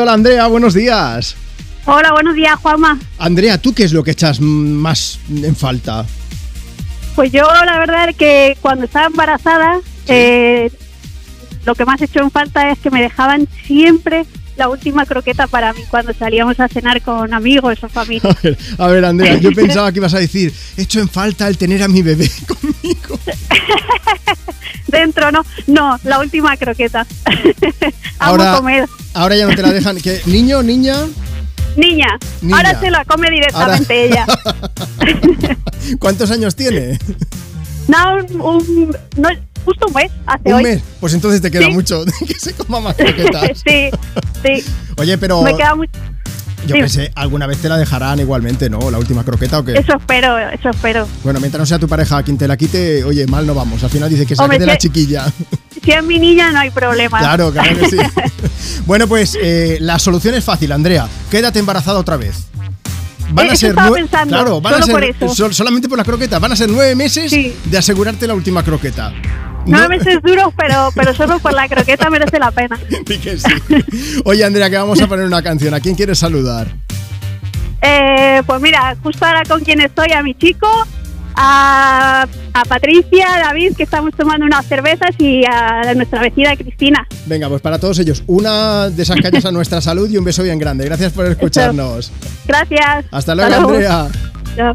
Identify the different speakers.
Speaker 1: Hola Andrea, buenos días.
Speaker 2: Hola, buenos días, Juanma.
Speaker 1: Andrea, ¿tú qué es lo que echas más en falta?
Speaker 2: Pues yo, la verdad, es que cuando estaba embarazada, eh, lo que más echó en falta es que me dejaban siempre la última croqueta para mí cuando salíamos a cenar con amigos o familia.
Speaker 1: A ver, a ver, Andrea, yo pensaba que ibas a decir, hecho en falta el tener a mi bebé conmigo.
Speaker 2: Dentro, no, no, la última croqueta. Amo
Speaker 1: Ahora-
Speaker 2: comer.
Speaker 1: Ahora ya no te la dejan. ¿Qué? ¿Niño, niña?
Speaker 2: Niña,
Speaker 1: Niña.
Speaker 2: ahora se la come directamente ella.
Speaker 1: ¿Cuántos años tiene?
Speaker 2: No, un- un- no, justo un mes, hace
Speaker 1: Un
Speaker 2: hoy.
Speaker 1: mes. Pues entonces te queda
Speaker 2: Sí.
Speaker 1: mucho de que se coma más croquetas.
Speaker 2: sí, sí,
Speaker 1: Oye, pero
Speaker 2: me queda mucho.
Speaker 1: yo
Speaker 2: sí.
Speaker 1: pensé, alguna vez te la dejarán igualmente, ¿no? La última croqueta o qué.
Speaker 2: Eso espero, eso espero.
Speaker 1: Bueno, mientras no sea tu pareja quien te la quite, oye, mal no vamos. Al final dice que se la
Speaker 2: Hombre,
Speaker 1: quede
Speaker 2: es
Speaker 1: la
Speaker 2: que-
Speaker 1: chiquilla.
Speaker 2: Si es mi niña, no hay problema.
Speaker 1: Claro, claro que sí. bueno, pues eh, la solución es fácil, Andrea. Quédate embarazada otra vez.
Speaker 2: Eh, eso estaba
Speaker 1: nue-
Speaker 2: pensando,
Speaker 1: claro, van
Speaker 2: solo
Speaker 1: a ser
Speaker 2: por eso.
Speaker 1: sol- solamente por la croqueta. Van a ser nueve meses
Speaker 2: Sí.
Speaker 1: de asegurarte la última croqueta.
Speaker 2: Nueve
Speaker 1: No-
Speaker 2: meses duros, pero, pero solo por la croqueta merece la pena.
Speaker 1: Di que sí. Oye, Andrea, que vamos a poner una canción. ¿A quién quieres saludar?
Speaker 2: Eh, pues mira, justo ahora con quien estoy, a mi chico, a, a Patricia, a David, que estamos tomando unas cervezas, y a nuestra vecina Cristina.
Speaker 1: Venga, pues para todos ellos, una de esas calles a nuestra salud y un beso bien grande. Gracias por escucharnos.
Speaker 2: Gracias.
Speaker 1: Hasta luego, Andrea.
Speaker 2: Chao.